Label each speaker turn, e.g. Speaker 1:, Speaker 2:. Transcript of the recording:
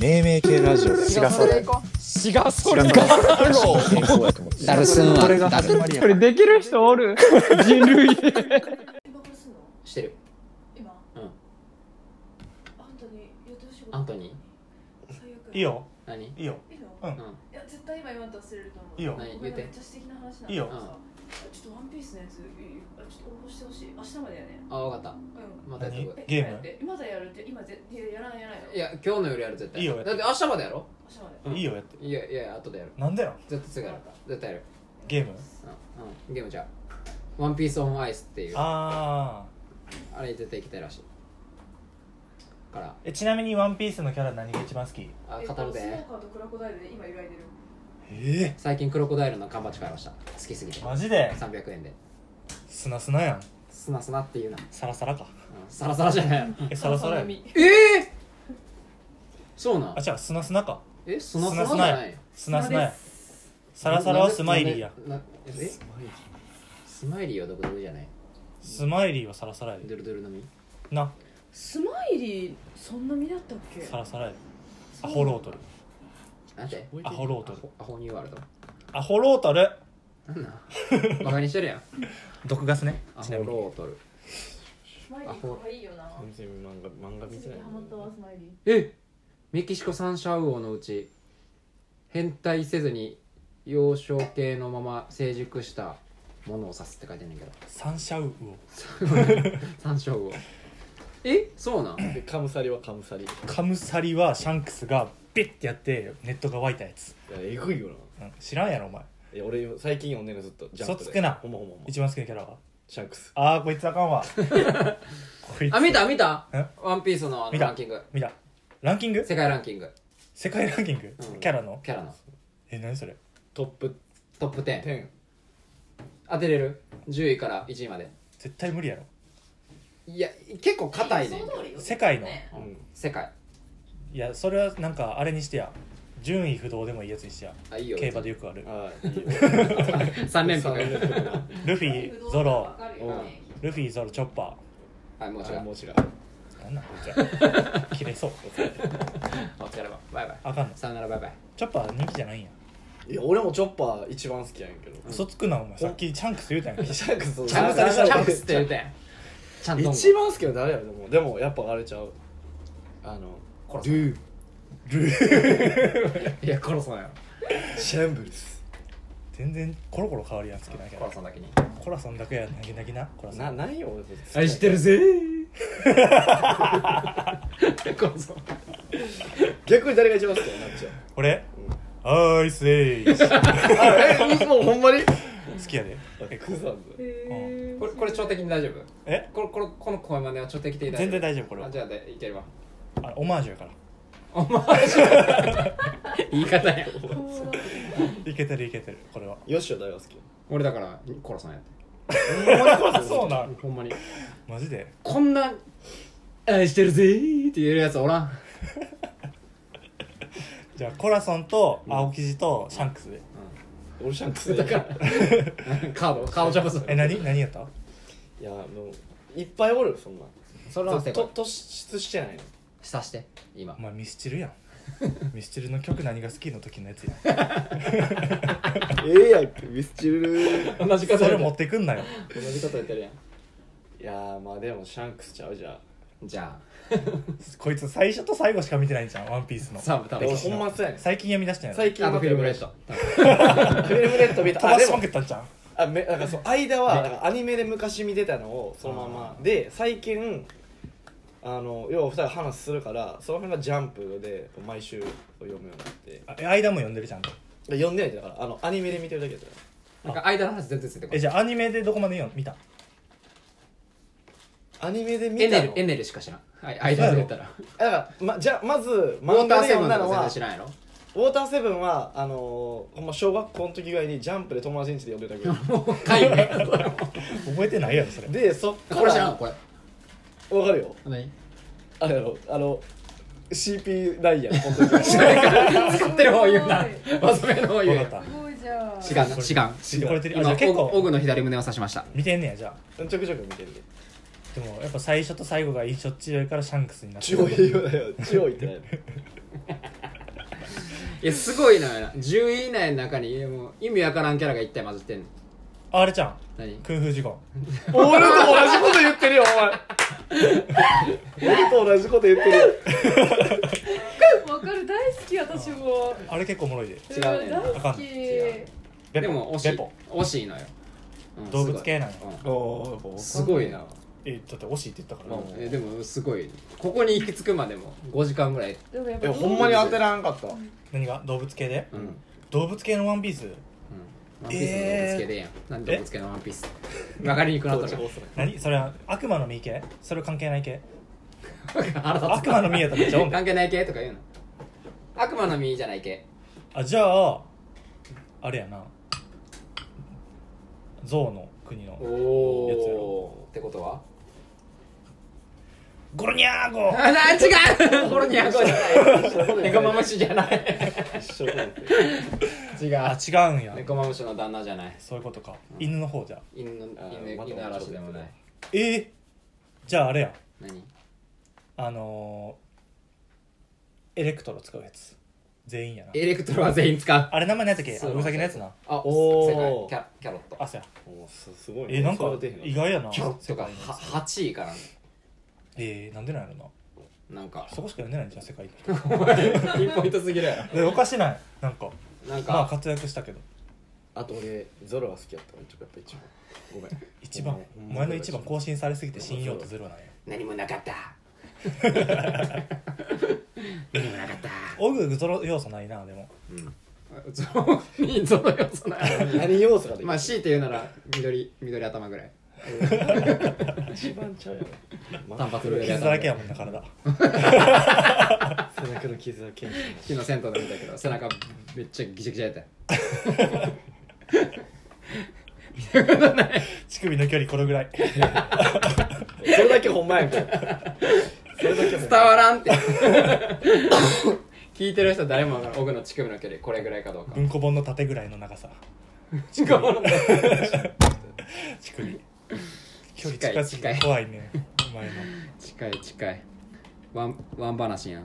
Speaker 1: 命名系ラジオだよ
Speaker 2: 違うそれ行こ
Speaker 3: 違うそれ
Speaker 1: 違う
Speaker 3: か
Speaker 1: 健康やと思って
Speaker 4: ダルスンは
Speaker 1: これが
Speaker 4: ダル
Speaker 1: 始まりや
Speaker 3: これできる人おる人類
Speaker 5: 今からすんの
Speaker 6: してる
Speaker 5: 今
Speaker 6: うん
Speaker 5: あんたにやってほしいこと
Speaker 6: アントニー
Speaker 5: 最悪
Speaker 2: ういいよ
Speaker 6: 何
Speaker 2: いいよ
Speaker 5: いいの
Speaker 2: うん
Speaker 6: う
Speaker 5: いや絶対今言わんと忘れると思う
Speaker 2: い
Speaker 5: い
Speaker 2: いよ
Speaker 5: め
Speaker 6: 言
Speaker 5: っ
Speaker 6: うて
Speaker 5: ちゃ素敵な話なんだ
Speaker 2: いい
Speaker 5: け
Speaker 2: よ
Speaker 5: どさちょっとワンピースのやついいあちょっと応募してほしい明日までやね
Speaker 6: んあわかった
Speaker 5: う
Speaker 6: またやってこ
Speaker 5: んえ
Speaker 2: ゲーム
Speaker 5: 今やってまだやるって今ぜいややらんやらんよ
Speaker 6: いいや今日の夜やる絶対
Speaker 2: いいよやって
Speaker 6: だって明日までやろ
Speaker 5: 明日まで
Speaker 2: うんいいよやって
Speaker 6: いやいや後でやる
Speaker 2: なんだよ
Speaker 6: 絶対すぐやる絶対やる
Speaker 2: ゲーム
Speaker 6: うんうんゲームじゃうワンピースオンアイスっていうあ
Speaker 2: あー
Speaker 6: れ絶対行きたいらしいから
Speaker 2: えちなみにワンピースのキャラ何が一番好き
Speaker 6: あ
Speaker 5: え
Speaker 6: 語る
Speaker 5: スモ
Speaker 6: で
Speaker 5: ーカーとクラコダイルで今揺らいでる
Speaker 2: え
Speaker 6: 最近クロコダイルの缶バッチ買いました好きすぎて
Speaker 2: マジで
Speaker 6: 300円です
Speaker 2: なすなやん
Speaker 6: すなすなっていうな、うん
Speaker 2: サラサラか
Speaker 6: サラサラじゃない
Speaker 2: えサラサラやん
Speaker 6: ええそうなん
Speaker 2: あ違うすなすなか
Speaker 6: えすなすなじゃない
Speaker 2: すなすなやんサラサラはスマイリーや
Speaker 6: ななえスマイリースマイリーはドブドブじゃない
Speaker 2: スマイリーはサラサラや
Speaker 6: ド
Speaker 2: で
Speaker 6: ゥルドゥルのみ
Speaker 2: な
Speaker 5: スマイリーそんな身だったっけ
Speaker 2: サラサラやでアホロートル
Speaker 6: なんて
Speaker 2: アホロートル
Speaker 6: アホニューワール
Speaker 2: アホロートル
Speaker 6: ドなんなん バカにしてるやん
Speaker 2: 毒ガスね
Speaker 6: ア
Speaker 2: ち
Speaker 6: ホ
Speaker 2: なみに
Speaker 6: ロートル
Speaker 5: スマイリー可愛いよな
Speaker 4: 全然漫画漫画見てない
Speaker 5: ハマったわスマイリー
Speaker 6: えメキシコサンシャウオのうち変態せずに幼少系のまま成熟したものを指すって書いてんねんけど
Speaker 2: サンシャウウ
Speaker 6: サンシャウオえそうなん
Speaker 4: でカムサリはカムサリい
Speaker 2: オカムサリはシャンクスがビッてやってネットが湧いたやつ、
Speaker 4: やえぐいよな
Speaker 2: うん、知らんやろお前
Speaker 4: いや俺最近読んでるのずっとジャンプで
Speaker 2: 嘘つくな
Speaker 4: ほんまほんまほんま
Speaker 2: 一番好きなキャラは
Speaker 4: シャンクス
Speaker 2: あーこいつあかんわこいつ
Speaker 6: あ見た見た
Speaker 2: え
Speaker 6: ワンピースのあの
Speaker 2: 見た
Speaker 6: ランキング
Speaker 2: 見たランキング
Speaker 6: 世界ランキング
Speaker 2: 世界ランキング、
Speaker 6: うん
Speaker 2: キャラの
Speaker 6: キャラの
Speaker 2: え何それ
Speaker 4: トップ
Speaker 6: トップ10
Speaker 4: 10
Speaker 6: 当てれる10位から1位まで
Speaker 2: 絶対無理やろ
Speaker 6: いや結構硬いねんけど
Speaker 2: 世界の
Speaker 5: ね
Speaker 4: うん
Speaker 6: 世界
Speaker 2: いやそれはなんかあれにしてや順位不動でもいいやつにしてや
Speaker 6: あいいよ
Speaker 2: 競馬でよくある
Speaker 4: ああいい よ
Speaker 6: 3連
Speaker 4: 三
Speaker 6: 覇
Speaker 4: 連覇な
Speaker 2: ルフィゾロ
Speaker 5: わかるよね
Speaker 2: ルフィゾロチョッパ
Speaker 6: はいもう
Speaker 4: あ
Speaker 6: 違
Speaker 4: れ
Speaker 6: う
Speaker 4: もう違う
Speaker 2: ーなんなんこいつら切れそう
Speaker 6: お疲れ様バイバイ
Speaker 2: あかんの
Speaker 6: さよならバイバイ
Speaker 2: チョッパー人気じゃないんや
Speaker 4: いや俺もチョッパー一番好きやんけど
Speaker 2: 嘘つくなお前さっきチャンクス言うたんやん
Speaker 4: シャンクス
Speaker 6: チャン
Speaker 2: サリサリ
Speaker 6: チャンプスって言うてんちゃんと
Speaker 4: 一番好きは誰やろでもでもやっぱあれちゃうあのドゥ
Speaker 6: いや殺さんやろ
Speaker 4: シャンブルス
Speaker 2: 全然コロコロ変わりやん好きなキャラ
Speaker 6: 殺さんだけに
Speaker 2: コラさんだけやなぎなぎなコラさ
Speaker 4: なんなんよ俺
Speaker 6: 愛してるぜ殺さん
Speaker 4: 逆に誰が一番好きやなっちゃう
Speaker 2: 俺アイスエイジ好
Speaker 4: あえもうほんまに
Speaker 2: きやで
Speaker 4: えクザンズ
Speaker 2: うん
Speaker 6: これこれ超的に大丈夫
Speaker 2: え
Speaker 6: これこれこの声真似は超的で大丈夫
Speaker 2: 全然大丈夫これ
Speaker 6: あ
Speaker 2: は
Speaker 6: じゃあでいければ
Speaker 2: あオマージュやから
Speaker 6: お前言い方や
Speaker 2: いけてるいけてるこれは
Speaker 4: よしは誰が好き
Speaker 6: 俺だから殺さんやっ
Speaker 2: あそうなん
Speaker 6: てほんまに
Speaker 2: マジで
Speaker 6: こんな愛してるぜーって言えるやつおらん
Speaker 2: じゃあコラソンと青生地とシャンクスで
Speaker 4: 俺シャンクス
Speaker 6: だからカードカードジャブス
Speaker 2: え何何やった
Speaker 4: いやもういっぱいおるそんな
Speaker 6: それ
Speaker 4: と
Speaker 6: はせ
Speaker 4: と突出してないの
Speaker 6: さして今
Speaker 2: お前ミスチルやんミスチルの曲何が好きの時のやつやん
Speaker 4: ええやんけミスチル
Speaker 6: 同じ
Speaker 2: それ持ってくんなよ
Speaker 6: 同じこと言ってるや
Speaker 4: いやーまあでもシャンクスちゃうじゃ
Speaker 6: んじゃ
Speaker 2: こいつ最初と最後しか見てないんじゃんワンピースの
Speaker 6: あサブ多
Speaker 4: あ
Speaker 6: 分
Speaker 4: 俺
Speaker 2: 歴
Speaker 4: ほ
Speaker 2: 史
Speaker 4: んまそうやねん
Speaker 2: 最近読み出したんやろ
Speaker 4: 最近
Speaker 6: あのフィルムレッド
Speaker 4: ドフィルムレッド見
Speaker 2: 飛
Speaker 4: たあ
Speaker 2: ば
Speaker 4: で
Speaker 2: しま
Speaker 4: も
Speaker 2: くったんじゃん
Speaker 4: あめなんかそう間はなんかアニメで昔見てたのをそのままで最近あの要は二人話するからその辺がジャンプで毎週読むようになって
Speaker 2: あえ間も読んでるちゃんと
Speaker 4: で読んでないんだからあのアニメで見てるだけだよ
Speaker 6: なんか間の話全然ついてこな
Speaker 2: え
Speaker 6: い
Speaker 2: じゃあアニメでどこまで読ん見た
Speaker 4: アニメで見
Speaker 6: エ
Speaker 4: た
Speaker 6: ネ
Speaker 4: の
Speaker 6: ルエネルしか知らんはい間で言ったら
Speaker 4: あだからまじゃあまず
Speaker 6: ウォ
Speaker 4: 漫
Speaker 6: ータ
Speaker 4: 画
Speaker 6: ー
Speaker 4: で
Speaker 6: セブ
Speaker 4: 読
Speaker 6: ンと
Speaker 4: んだ
Speaker 6: か
Speaker 4: の
Speaker 6: 全
Speaker 4: は
Speaker 6: 然知らんやろ
Speaker 4: ウォーターセブンはあのーほんま小学校の時ぐらいにジャンプで友達ん家で呼んでたけど
Speaker 6: もう かいね
Speaker 2: 覚えてないやろそれ
Speaker 4: でそっから
Speaker 6: これ知らんこれ
Speaker 4: わかるよ
Speaker 6: 何
Speaker 4: あれやろあの CP ないやん本当に
Speaker 6: 使ってる方言うな
Speaker 5: す
Speaker 6: 真面目の方言う
Speaker 2: 分
Speaker 6: や
Speaker 2: かっ
Speaker 5: すごいじゃあ
Speaker 6: 違うな違う
Speaker 2: たこれてるあ
Speaker 6: 今
Speaker 2: じゃあ結
Speaker 6: オグオ
Speaker 2: 構
Speaker 6: グの左胸を刺しました
Speaker 2: 見てんねやじゃ
Speaker 4: ちょくちょく見てるで
Speaker 2: あでもやっぱ最初と最後が印象強いからシャンクスになって
Speaker 4: 強いよだよ強いってない
Speaker 6: いやすごいのよな10位以内の中にいやもう意味わからんキャラが一体混じってんの
Speaker 2: あれちゃん
Speaker 6: 何
Speaker 2: 空腹時間
Speaker 4: 俺と同じこと言ってるよお前俺と同じこと言ってるよ
Speaker 5: わかる大好き私も
Speaker 2: あれ結構おもろいで
Speaker 6: 違うねんな
Speaker 5: 大好き
Speaker 6: 違う
Speaker 2: ベポ
Speaker 6: でも惜し
Speaker 2: ベ
Speaker 6: い
Speaker 2: ポ
Speaker 6: 惜しいのよ、うん
Speaker 2: 動物系なんや
Speaker 4: お
Speaker 6: すごい,、うん、すごいな、
Speaker 2: えだって惜しいって言ったから、
Speaker 6: えでもすごいここに行き着くまでも5時間ぐらい、
Speaker 5: でもやっ
Speaker 4: え
Speaker 5: ぱ
Speaker 4: ほんまに当てらんかった
Speaker 2: 何が動物系で
Speaker 6: うんうん、
Speaker 2: 動物系のワンピース
Speaker 6: ワンピースの動物系でええやん、なんで動物系のワンピース曲がりにくなったら
Speaker 2: 何それは悪魔の実系それ関係ない系
Speaker 6: 腹立
Speaker 2: 悪魔の実やったらめっちゃおん
Speaker 6: つ
Speaker 2: で
Speaker 6: 関係ない系とか言うの悪魔の実じゃない系
Speaker 2: あじゃああれやな象の国の
Speaker 6: お
Speaker 2: やつや
Speaker 6: おってことは
Speaker 2: ゴロニャ ーゴ
Speaker 6: あな違うコロニャゴじゃない猫マムシじゃない
Speaker 4: 一緒だって
Speaker 6: 違
Speaker 2: あ
Speaker 6: う
Speaker 2: 違うんや
Speaker 6: 猫マムシの旦那じゃない
Speaker 2: そういうことか犬の方じゃ
Speaker 6: 犬の
Speaker 4: あー
Speaker 6: 犬犬嵐でもない
Speaker 2: えー、じゃああれや
Speaker 6: 何
Speaker 2: あのー、エレクトロ使うやつ全員やな
Speaker 6: エレクトロは全員使う
Speaker 2: あれ名前何やったっけあ
Speaker 6: そう
Speaker 2: ウサギのやつな
Speaker 6: あ
Speaker 4: おー
Speaker 6: 世界キャキャロット
Speaker 2: あそうや
Speaker 4: おすすごいね
Speaker 2: えー、なんか
Speaker 4: それは出へ
Speaker 2: 意外やな
Speaker 6: キャロットが
Speaker 2: 世界のや
Speaker 6: は
Speaker 2: つ
Speaker 6: 8位から
Speaker 2: えー、なんでなんやろな
Speaker 6: なんか
Speaker 2: そこしか読んでないんじゃん世界の人
Speaker 6: お前ピンポイントすぎるや
Speaker 2: えおかしないなんか
Speaker 6: ろなん
Speaker 2: まあ
Speaker 6: か
Speaker 2: 活躍したけど
Speaker 4: あと俺ゾロが好きやったわちょっとやっぱ一番ごめん
Speaker 2: 一番
Speaker 4: ほん
Speaker 2: お
Speaker 4: ま
Speaker 2: 前の一番更新されすぎて信用とゼロなんや
Speaker 6: 何もなかった 何もなかった
Speaker 2: オググゾロ要素ないなでも
Speaker 6: うんゾロにゾロ要素ない
Speaker 4: 何要素ができる
Speaker 6: まあ強いて言うなら緑緑頭ぐらい
Speaker 4: 一番ちゃうや ろ
Speaker 6: 単発
Speaker 4: ル
Speaker 6: ルール
Speaker 2: 傷だらけやもんな体
Speaker 4: 背中の傷だけにして
Speaker 6: 昨
Speaker 4: ま
Speaker 6: 日銭湯で見たけど背中めっちゃギチャギチャやったよ
Speaker 2: 乳首の距離このぐらい
Speaker 4: すそれだけほんまやんかそれだけほんま
Speaker 6: 伝わらん って聞いてる人誰も分からん奥の乳首の距離これぐらいかどうか
Speaker 2: 文庫本の縦ぐらいの長さ
Speaker 6: 乳首
Speaker 2: 乳首距
Speaker 6: 近
Speaker 2: 離近
Speaker 6: い
Speaker 2: すぎ
Speaker 6: 近
Speaker 2: て
Speaker 6: い
Speaker 2: 怖いねお前の
Speaker 6: 近い近いワンワン話やん